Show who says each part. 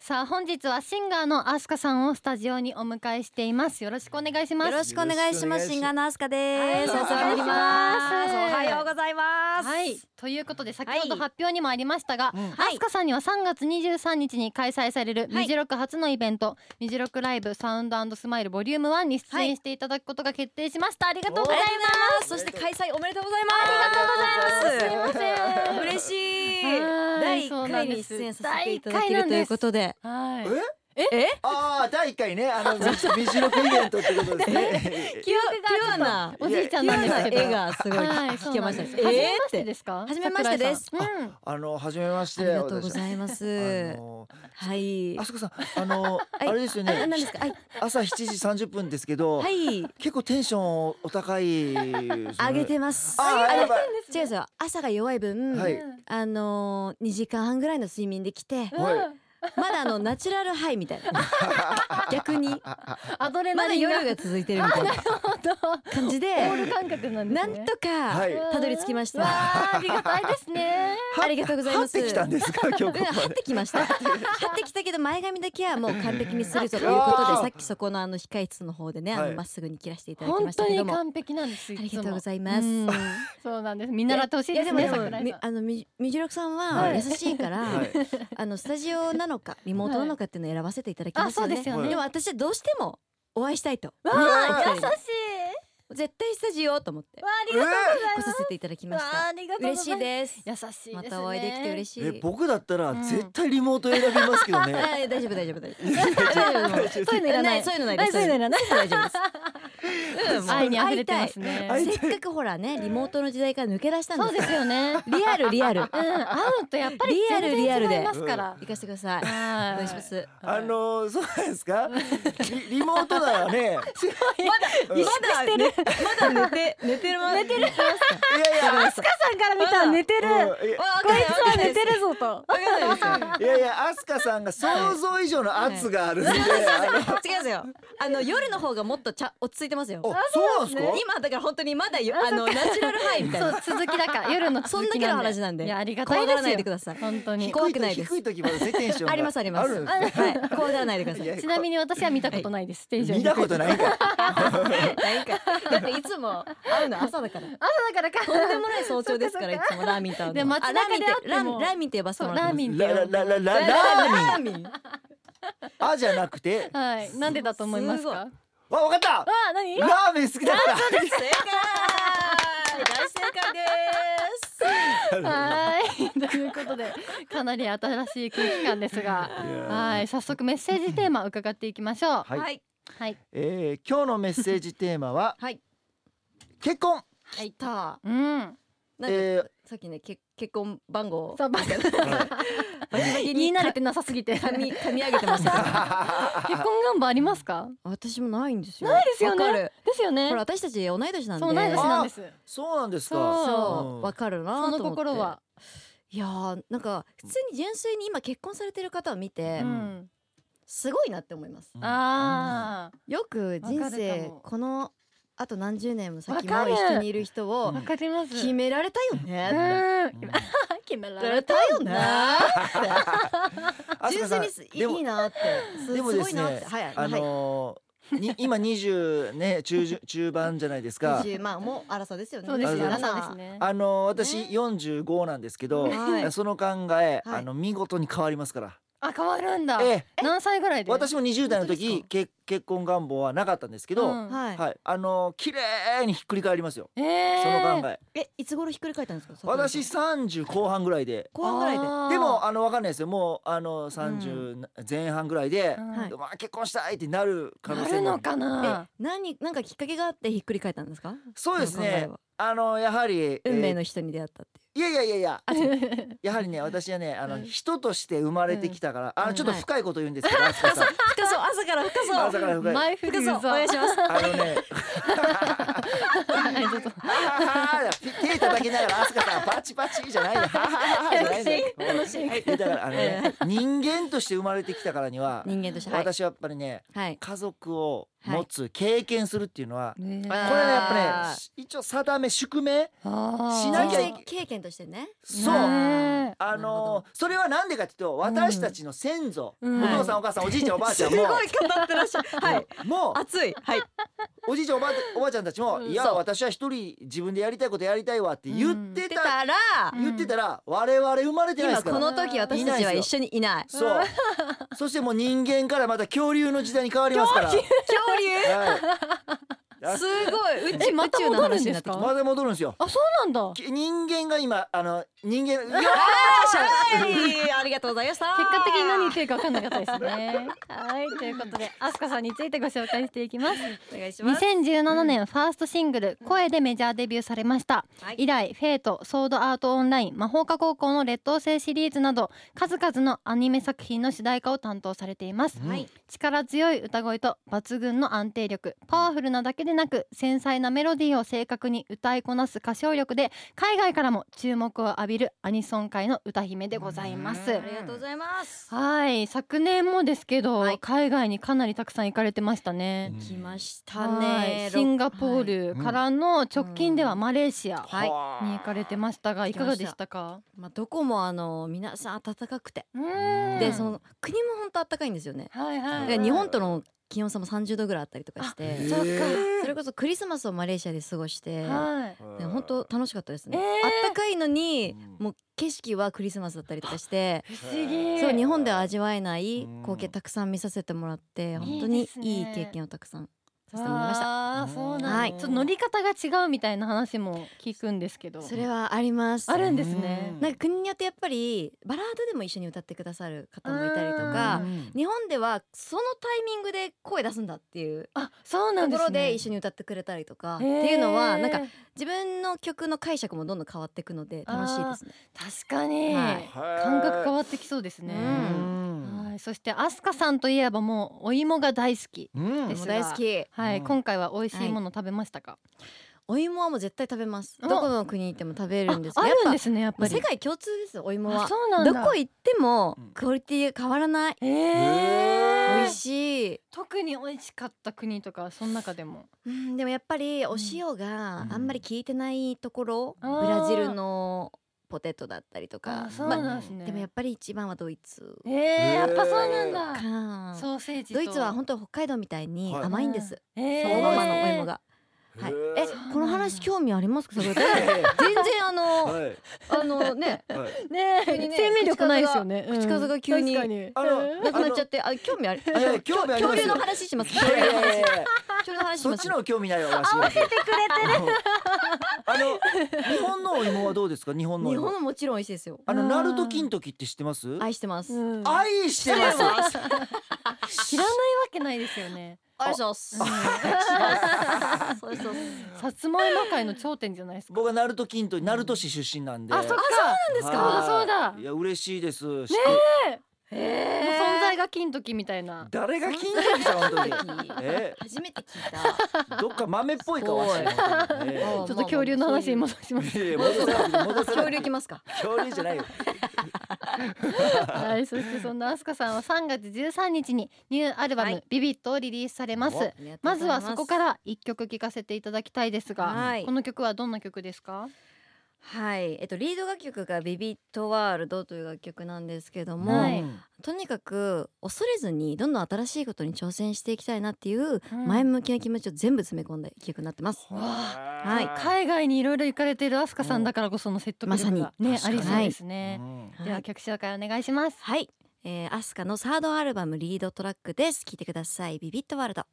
Speaker 1: さあ本日はシンガーのアスカさんをスタジオにお迎えしていますよろしくお願いします
Speaker 2: よろしくお願いします。
Speaker 3: よろしくお願いします
Speaker 2: シンガーのアスカです。
Speaker 1: はい
Speaker 2: お世話になります。
Speaker 1: お
Speaker 2: お
Speaker 1: は
Speaker 2: は
Speaker 1: よ
Speaker 2: よ
Speaker 1: う
Speaker 2: うございます。
Speaker 1: はい。ということで先ほど
Speaker 2: はい
Speaker 1: 発表にもありましたが、
Speaker 3: うん
Speaker 2: は
Speaker 1: ア
Speaker 2: い
Speaker 1: スカさんには3月23日に開催される
Speaker 2: はい
Speaker 1: ミジロック初のイベント、ミジロックライブサウンドスマイルボリューム1に出演していただくことが決定しました、ありがとうございます
Speaker 2: そして開催おめでとうござい
Speaker 1: ありがとうござい
Speaker 2: ま。
Speaker 1: ますすすいません
Speaker 2: 嬉しい。
Speaker 1: はい
Speaker 2: 第一
Speaker 1: そうな
Speaker 2: 回
Speaker 1: んで
Speaker 2: に
Speaker 1: す
Speaker 2: 出演させていただけるということで。
Speaker 1: はい
Speaker 3: え
Speaker 2: え？
Speaker 3: ああ第一回ねあのビジロクイベントってことで すね
Speaker 2: 記憶が
Speaker 1: おじいちゃんなんですけど
Speaker 2: 絵がすごい
Speaker 1: はい
Speaker 2: 聞けましたね。
Speaker 1: そうなんです初めまし
Speaker 2: え
Speaker 1: て
Speaker 2: ーって
Speaker 1: ですか
Speaker 2: 初めましてです
Speaker 1: 桜井さんうん
Speaker 3: あの初めまし
Speaker 2: あ
Speaker 3: て
Speaker 2: りがとうご
Speaker 3: い
Speaker 2: ざいま
Speaker 3: ますあ。の
Speaker 2: はい。
Speaker 3: あそこさんあのあ
Speaker 2: い
Speaker 3: れですよ
Speaker 2: あ
Speaker 3: ね
Speaker 2: 何ですか。はい。
Speaker 3: 朝7時30分ですけど
Speaker 2: はい。
Speaker 3: 結構テンションお高い
Speaker 2: 上
Speaker 3: 上
Speaker 2: げてます。
Speaker 3: あ
Speaker 2: あ
Speaker 3: やばい
Speaker 2: 違うんですよ朝が弱い分、
Speaker 3: はい
Speaker 2: あのー、2時間半ぐらいの睡眠で来て
Speaker 3: はい
Speaker 2: まだあのナチュラルハイみたいな逆に
Speaker 1: アドレ
Speaker 2: ま
Speaker 1: ナ
Speaker 2: だ
Speaker 1: リンが
Speaker 2: 夜が続いてるみたいな感じで
Speaker 1: オ ール感覚なんで
Speaker 2: な
Speaker 1: す
Speaker 2: ん
Speaker 1: ね
Speaker 2: とか
Speaker 3: はい
Speaker 2: たどり着きまし
Speaker 1: わ
Speaker 2: た、
Speaker 1: あありがたいですね
Speaker 2: ありがとうございます
Speaker 3: 張ってきたんで すか今
Speaker 2: うん、
Speaker 3: 日ここ
Speaker 2: 張
Speaker 3: ま
Speaker 2: っ
Speaker 3: で
Speaker 2: てきました張ってきたけど前髪だけはもう完璧にするぞということで
Speaker 3: うわー
Speaker 2: さっきそこのあの控室の方でねあ
Speaker 3: は
Speaker 2: の
Speaker 3: い
Speaker 2: まっすぐに切らせていただき
Speaker 1: 本
Speaker 2: ました
Speaker 1: 当
Speaker 2: け
Speaker 1: に
Speaker 2: どもあ
Speaker 1: 完璧なんです
Speaker 2: りがとうございます、
Speaker 1: うんそうなんです見習ってほしい
Speaker 2: い
Speaker 1: で
Speaker 2: や
Speaker 1: す
Speaker 2: でも
Speaker 1: ね
Speaker 2: でも
Speaker 1: 桜井
Speaker 2: み
Speaker 1: さん
Speaker 2: あのみみじろくさん
Speaker 1: は
Speaker 2: はい優しいから、
Speaker 3: はい
Speaker 2: あのスタジオなのかリモートなのかっていうのを選ばせていただきま
Speaker 1: あ
Speaker 2: す
Speaker 1: そ
Speaker 2: よ
Speaker 1: うで
Speaker 2: ね
Speaker 1: す。よね
Speaker 2: でも私はどうしてもお会いしたいと。
Speaker 1: わ
Speaker 2: お
Speaker 1: あ
Speaker 2: 二
Speaker 1: 優しい
Speaker 2: 人に絶対スタジオと思って
Speaker 1: わあありがとう
Speaker 2: 来させていただき
Speaker 1: ございま
Speaker 2: ますし
Speaker 1: わあ
Speaker 2: た。
Speaker 1: ありがとうございます
Speaker 2: 嬉しいです。
Speaker 1: 優しい
Speaker 2: またお会いできて嬉しい。
Speaker 3: え僕だったら
Speaker 1: うん
Speaker 3: 絶対リモート選びますけど
Speaker 2: あ
Speaker 3: ね
Speaker 2: 大丈夫大丈夫大丈夫。
Speaker 1: しいそういうのいらない
Speaker 2: そういうのないです。
Speaker 1: そういうのいらない
Speaker 2: 大丈夫です。うん
Speaker 1: 愛に溢れてま
Speaker 2: 会い
Speaker 1: すね
Speaker 2: たいせっかくほらねリモートの時代から抜け出したん
Speaker 1: そう
Speaker 2: で。
Speaker 1: ですすよねうん
Speaker 2: リアルリアル。
Speaker 1: 会うとやっぱり
Speaker 2: リアル
Speaker 1: 全
Speaker 2: リアルで
Speaker 1: 然違いますから
Speaker 2: 行かせてください。お
Speaker 1: は
Speaker 2: 願
Speaker 1: い
Speaker 2: いします。
Speaker 3: あのーそうなんですかリリモートならねいや
Speaker 2: まだしてる。まだ寝て寝てる寝てる。
Speaker 3: いや
Speaker 1: さんから見たら寝てる
Speaker 3: うんいや
Speaker 2: こいつは寝て
Speaker 1: るぞと
Speaker 2: わかんないですよ。
Speaker 3: いやいや、アスカさんが想像以上の圧があるんで。あの
Speaker 2: 違うんですよ。あの夜の方がもっとちゃ落ち着いてますよ。
Speaker 3: あ、そうなんですか。
Speaker 2: 今だから本当にまだよあのナチュラルハイみたい
Speaker 1: そう
Speaker 2: な。
Speaker 1: 続きだから夜の
Speaker 2: そん
Speaker 1: 続
Speaker 2: だ
Speaker 1: き
Speaker 2: けの話なんで。
Speaker 1: いやありがた
Speaker 2: 怖
Speaker 1: い
Speaker 2: が
Speaker 1: で
Speaker 2: らないでく
Speaker 1: すよ
Speaker 2: ださい。
Speaker 1: 本当に
Speaker 2: 怖くないです
Speaker 3: 低い時まで低い時までテンションが
Speaker 2: ありますあります
Speaker 3: るんでね
Speaker 2: はい。怖がらないでください。
Speaker 1: ちなみに私は見たことないですステージは
Speaker 3: 見たことないんだよ。
Speaker 2: なんかだっていつも会うの朝だから。
Speaker 1: 朝だから
Speaker 2: とんでもない早朝ですからいつもラーミンと会うの。
Speaker 1: で街中
Speaker 2: あラーミンっ
Speaker 1: で
Speaker 2: て
Speaker 1: 会って
Speaker 2: ラ
Speaker 1: も
Speaker 2: ーラーミンって呼ばせて
Speaker 1: そう
Speaker 2: もらっ
Speaker 1: ラ
Speaker 2: て
Speaker 1: ーミ
Speaker 2: ます。
Speaker 1: ンって
Speaker 3: ラ
Speaker 1: 呼
Speaker 3: ラ
Speaker 1: んで
Speaker 3: ララララーミン。
Speaker 2: ラーミン。
Speaker 3: あじゃなくて。
Speaker 1: はいなんでだと思いますか
Speaker 2: すごい
Speaker 1: わ
Speaker 3: わ、わかった。
Speaker 1: あ何
Speaker 3: ラーメン好きだか
Speaker 2: 正解。大正解です。
Speaker 1: はい、 ということで、かなり新しい空気感ですが。
Speaker 3: ら。いや
Speaker 1: はい、早速メッセージテーマ伺っていきましょう。
Speaker 3: はい。
Speaker 2: い
Speaker 1: はい、
Speaker 3: えー今日のメッセージテーマは
Speaker 2: はい。
Speaker 3: 結婚。
Speaker 2: はい。た。
Speaker 1: うん、
Speaker 2: なんか
Speaker 3: えー
Speaker 2: さっきねけ結婚番号
Speaker 1: そう、バカ
Speaker 2: バキバキ
Speaker 1: 気に
Speaker 2: に
Speaker 1: なれ
Speaker 2: か
Speaker 1: てなさすぎて。
Speaker 2: 噛
Speaker 1: 結
Speaker 2: み噛み上げてました。
Speaker 1: 婚願望ありますか。
Speaker 2: 私もないんですよ。
Speaker 1: ないですよね
Speaker 2: わかる。
Speaker 1: ですよね
Speaker 2: ほら。私たち同い年なんで。
Speaker 1: そう、同い年なんです。
Speaker 3: そうなんです
Speaker 1: そ
Speaker 3: か。
Speaker 2: そううんわかるなと
Speaker 1: そ
Speaker 2: 思って。
Speaker 1: の心は。
Speaker 2: いやーなんか普通に純粋に今結婚されてる方を見て、
Speaker 1: う
Speaker 3: うん
Speaker 1: ん。
Speaker 2: すごいなって思います。
Speaker 1: あ
Speaker 2: よく人
Speaker 1: わかる
Speaker 2: 生
Speaker 1: かも
Speaker 2: このあと何十年も先
Speaker 1: わか
Speaker 2: も
Speaker 1: る
Speaker 2: 一緒にいる人
Speaker 1: あ、
Speaker 2: を
Speaker 1: わかります。
Speaker 2: 決められたよ
Speaker 1: う
Speaker 2: ね。
Speaker 1: ん
Speaker 3: うん。
Speaker 1: 決めら
Speaker 2: 決められたよね。
Speaker 3: あす
Speaker 2: 純
Speaker 3: かさ
Speaker 2: 粋
Speaker 3: ん
Speaker 2: にすいいなってす
Speaker 3: でも
Speaker 2: す
Speaker 3: で
Speaker 2: ごい
Speaker 3: す
Speaker 2: なっ
Speaker 3: ね
Speaker 2: て、はい
Speaker 3: あ
Speaker 2: はい。
Speaker 3: のーに今20ね中旬中盤じゃないですか。
Speaker 2: 20まあもう争いですよね。
Speaker 1: そうです
Speaker 3: ね
Speaker 1: よ。
Speaker 2: 27
Speaker 1: そうですね。
Speaker 3: あの私
Speaker 2: ね
Speaker 3: 45なんですけど、
Speaker 2: はい
Speaker 3: その考え、あの見事に変わりますから。
Speaker 1: あ、変わるんだ。
Speaker 3: ええ、
Speaker 1: 何歳ぐらいで。
Speaker 3: 私も20代の時
Speaker 2: 本
Speaker 3: け結婚願望はなかったんですけ
Speaker 1: う
Speaker 3: ど、
Speaker 1: ん
Speaker 2: はい。
Speaker 3: はい、あの綺麗にひっくり返りますよ。
Speaker 1: ええ。
Speaker 3: その考え、
Speaker 2: えいつ頃ひっくり返ったんですか。
Speaker 3: 私
Speaker 2: そ
Speaker 3: 30後半ぐらいで。
Speaker 2: こ後半ぐらいで。
Speaker 1: あー
Speaker 3: でもあのわかんないですよもうあの30前半ぐらいで
Speaker 1: う、ん
Speaker 2: はい
Speaker 3: まあ結婚したいってなる可能
Speaker 1: な
Speaker 3: 性
Speaker 1: る
Speaker 3: も
Speaker 1: のかな。
Speaker 2: え何なんかきっかけがあってひっくり返ったんですか。
Speaker 3: そうです
Speaker 2: その考え
Speaker 3: ね
Speaker 2: は
Speaker 3: あのやはり
Speaker 2: 運命の
Speaker 3: え
Speaker 2: 人に出会ったってい
Speaker 3: ーいやいやいやいや
Speaker 2: あ違
Speaker 3: やはりね私はねあの、
Speaker 1: うん
Speaker 3: 人として生まれてきたから、あ
Speaker 1: うん
Speaker 3: のちょっと深いこと言うんですけど、飛鳥さん
Speaker 2: う。深そう朝から深そう。
Speaker 3: 朝から深い
Speaker 1: 前振り
Speaker 2: 深そ
Speaker 1: うざ
Speaker 2: うお 願いします。
Speaker 3: あのね
Speaker 1: はいちょっと
Speaker 3: はははピ手叩きながら飛鳥さんパチパチじゃないよ。ははははじゃないんだよ。
Speaker 1: 楽しい
Speaker 3: はいだからあのね人間として生まれてきたからには、
Speaker 2: 人間としてはい、
Speaker 3: 私はやっぱりね
Speaker 2: はい、
Speaker 3: 家族を持つ経験するっていうのは。
Speaker 1: ねえ
Speaker 3: これねやっぱ
Speaker 2: あ
Speaker 3: ね一応定め宿命
Speaker 1: あー
Speaker 3: しな
Speaker 2: 人
Speaker 3: きゃい
Speaker 2: 生経験としてね
Speaker 3: そう
Speaker 1: ねえ
Speaker 3: あ
Speaker 2: なるほ
Speaker 3: のそれはなんでかっていうと私たちの先祖、
Speaker 1: うん
Speaker 3: お父さんお母さんおじいちゃんおばあちゃんも、
Speaker 2: 語ってらっしゃるはい
Speaker 3: も
Speaker 2: 熱いはいう
Speaker 3: おじいちゃんおばあおばあちゃんたちも、
Speaker 2: うん
Speaker 3: いや
Speaker 2: そう
Speaker 3: 私は一人自分でやりたいことやりたいわって言って
Speaker 2: 出
Speaker 3: た、
Speaker 2: たら、
Speaker 1: うん
Speaker 3: 言ってたら我々生まれてないで
Speaker 2: 今
Speaker 3: すか
Speaker 2: こ
Speaker 3: ら。
Speaker 2: の時私たちは一緒にいない
Speaker 3: そうそしてもう人間からまた恐竜の時代に変わりますから。
Speaker 2: 恐竜
Speaker 3: は い、
Speaker 2: すごい宇
Speaker 1: え
Speaker 2: 宙
Speaker 1: また
Speaker 2: 宇宙
Speaker 1: 戻る
Speaker 2: の
Speaker 1: ん
Speaker 2: 話に
Speaker 1: で
Speaker 2: な
Speaker 1: す
Speaker 2: ってき
Speaker 1: か
Speaker 3: また戻るんですよ。
Speaker 1: あそうなんだ
Speaker 3: き人間が今あの人間いや
Speaker 2: た はいありがとうございました
Speaker 1: 結果的に何言ってるか分かんなかったですねはいということでアスカさんについてご紹介していきます
Speaker 2: お願いします
Speaker 1: 2017年ファーストシングル「声」でメジャーデビューされました
Speaker 2: はい
Speaker 1: 以来「フェイト」「ソードアートオンライン」「魔法科高校の劣等生」シリーズなど数々のアニメ作品の主題歌を担当されています
Speaker 3: うん
Speaker 2: はい
Speaker 1: 力強い歌声と抜群の安定力パワフルなだけでなく繊細なメロディーを正確に歌いこなす歌唱力で海外からも注目を浴びるアニソン界の歌姫でございま
Speaker 3: う
Speaker 1: す
Speaker 2: ありがとうございます
Speaker 1: はい昨年もですけど、
Speaker 2: はい
Speaker 1: 海外にかなりたくさん行かれてましたね
Speaker 2: 来ました
Speaker 1: はい
Speaker 2: ね
Speaker 1: シンガポールからの直近ではマレーシア
Speaker 2: はい
Speaker 1: に行かれてましたがいかがでしたか
Speaker 2: まあ、どこもあの皆さん暖かくて、
Speaker 1: うん
Speaker 2: でその国も本当暖かいんですよね、
Speaker 1: はいはい
Speaker 3: うん
Speaker 1: は
Speaker 2: で
Speaker 1: い
Speaker 2: 日本との気温差も30度ぐらいあったりとかし
Speaker 3: へ
Speaker 2: て
Speaker 3: ー
Speaker 1: そっか
Speaker 2: それこそクリスマスをマレーシアで過ごして、
Speaker 1: はい
Speaker 2: で本当楽しかったですね、
Speaker 1: えー
Speaker 2: あったかいのに、
Speaker 3: うん
Speaker 2: もう景色はクリスマスだったりとかして
Speaker 1: 不思議
Speaker 2: そう日本では味わえない
Speaker 3: うん
Speaker 2: 光景たくさん見させてもらって
Speaker 3: うん
Speaker 2: 本当
Speaker 1: いい
Speaker 2: に
Speaker 1: ですね
Speaker 2: いい経験をたくさんさせてもらいました
Speaker 1: あーそうなんだ、
Speaker 2: はい
Speaker 1: ちょっと乗り方が違うみたいな話も聞くんですけど。
Speaker 2: それはあります
Speaker 1: あるんですね
Speaker 3: うん
Speaker 2: なんか国によってやっぱりバラードでも一緒に歌ってくださる方もいたりと
Speaker 1: あ
Speaker 2: か日本ではそのタイミングで声出すんだっていう
Speaker 1: あ、そうな
Speaker 2: と
Speaker 1: んで
Speaker 2: こ
Speaker 1: すね。
Speaker 2: ろで一緒
Speaker 1: に
Speaker 2: に歌ってくれたりとかっていうのはなんか自分の曲の解釈もどんどん変わっていくので楽しいですね。
Speaker 1: 確かに、
Speaker 2: はい
Speaker 1: 感覚変
Speaker 3: わ
Speaker 1: わってきそうですね。
Speaker 3: うん
Speaker 1: はい、そしてアスカさんといえばもうお芋が大好き。
Speaker 3: うん
Speaker 1: で
Speaker 2: も
Speaker 1: す
Speaker 2: う
Speaker 1: が
Speaker 2: 大好き
Speaker 1: はい、
Speaker 3: うん
Speaker 1: 今回は美味しいもの食べましたか。
Speaker 2: お芋はもう絶対食べます
Speaker 1: お
Speaker 2: どこの国行っても食べるんです
Speaker 1: あ、あ
Speaker 2: やっ
Speaker 1: るん
Speaker 2: ぱ
Speaker 1: ですね、やっ
Speaker 2: も
Speaker 1: ぱ
Speaker 2: う
Speaker 1: り。
Speaker 2: 世界共通ですよお芋
Speaker 1: あ、
Speaker 2: は
Speaker 1: そうなん
Speaker 2: ど
Speaker 1: だ。
Speaker 2: こ行っても
Speaker 3: うん
Speaker 2: クオリティ変わらない
Speaker 1: え
Speaker 3: へ
Speaker 1: ー、
Speaker 2: 美味しい
Speaker 1: 特に美味しかった国とか、その中でも。
Speaker 2: うんでもやっぱりお塩があんまり効いてないところ
Speaker 1: うんあー
Speaker 2: ブラジルのポテトだったりとか
Speaker 1: あ、そうなんですね。
Speaker 2: でもやっぱり一番はドイツ
Speaker 1: えー、やっぱそうなんだ。
Speaker 2: か
Speaker 1: ソーセージと。
Speaker 2: ドイツは本当は北海道みたいに
Speaker 3: はい
Speaker 2: 甘いんです、
Speaker 1: うん。え
Speaker 2: そ
Speaker 1: ー、
Speaker 2: のままのお芋が、はい
Speaker 3: へー、
Speaker 2: え
Speaker 1: そうなんだ
Speaker 2: この話興味ありますか桜井さん
Speaker 3: はい
Speaker 2: 全然あの
Speaker 3: はい
Speaker 2: あのね
Speaker 3: はい
Speaker 1: ね
Speaker 2: 急にね
Speaker 1: 生命力ないですよね。
Speaker 2: 口数が
Speaker 1: うん
Speaker 2: 口数が急に
Speaker 1: 確かに
Speaker 3: あの
Speaker 1: うん
Speaker 2: なくなっちゃってあ興味あり
Speaker 3: いや興味あり
Speaker 2: 恐
Speaker 3: ます
Speaker 2: 竜
Speaker 3: よ
Speaker 2: の話します
Speaker 3: いやいやいやいや
Speaker 2: 恐竜の話し
Speaker 3: そ
Speaker 2: ま
Speaker 3: っ
Speaker 2: す
Speaker 3: ちの方が興味ないよわし合わせてくれてる あの日本のお芋はどうですか日本のお
Speaker 2: 日本
Speaker 3: 芋
Speaker 2: のもちろん美味しいですよ
Speaker 3: あのナルト金時って知ってます
Speaker 2: 愛してます、
Speaker 1: うん
Speaker 3: 愛してます
Speaker 1: 知らないわけないですよね。
Speaker 2: 愛してますそうそう
Speaker 1: さつまいも界の頂点じゃないですか。
Speaker 3: 僕はナルト金時ナルト市出身なんで
Speaker 1: あ、そっか。
Speaker 3: なんです
Speaker 1: かそうだそうだ
Speaker 3: いや嬉しいですね
Speaker 1: もう存在が金時みたいな。
Speaker 3: 誰が金時さん本当にえ
Speaker 2: 初めて聞いた
Speaker 3: どっか豆っぽいかわし
Speaker 2: すごい
Speaker 3: 本当にえ
Speaker 1: ちょ
Speaker 2: あ
Speaker 1: っと恐竜の話に戻します。
Speaker 3: えいやいや戻さない 戻さな
Speaker 2: 恐
Speaker 3: い
Speaker 2: 竜来ますか
Speaker 3: 恐竜じゃないよ
Speaker 1: はい、そしてそんなアスカさんは3月13日にニューアルバム、
Speaker 2: はい
Speaker 1: ビビットをリリースされます。まずはそこから一曲聴かせていただきたいですが、
Speaker 2: はい
Speaker 1: この曲はどんな曲ですか？
Speaker 2: はいえっとリード楽曲がビビットワールドという楽曲なんですけども、
Speaker 1: はいう
Speaker 2: とにかく恐れずにどんどん新しいことに挑戦していきたいなっていう
Speaker 1: うん
Speaker 2: 前向きな気持ちを全部詰め込んだ曲になってます、はい
Speaker 1: 海外にいろいろ行かれてるアスカさんだからこその説得力がね、
Speaker 3: ま
Speaker 1: あ
Speaker 3: さに
Speaker 1: りそうですね
Speaker 3: う、ん
Speaker 2: はい
Speaker 1: では曲紹介お願いします
Speaker 2: はい、えー、アスカのサードアルバムリードトラックです聞いてくださいビビットワールド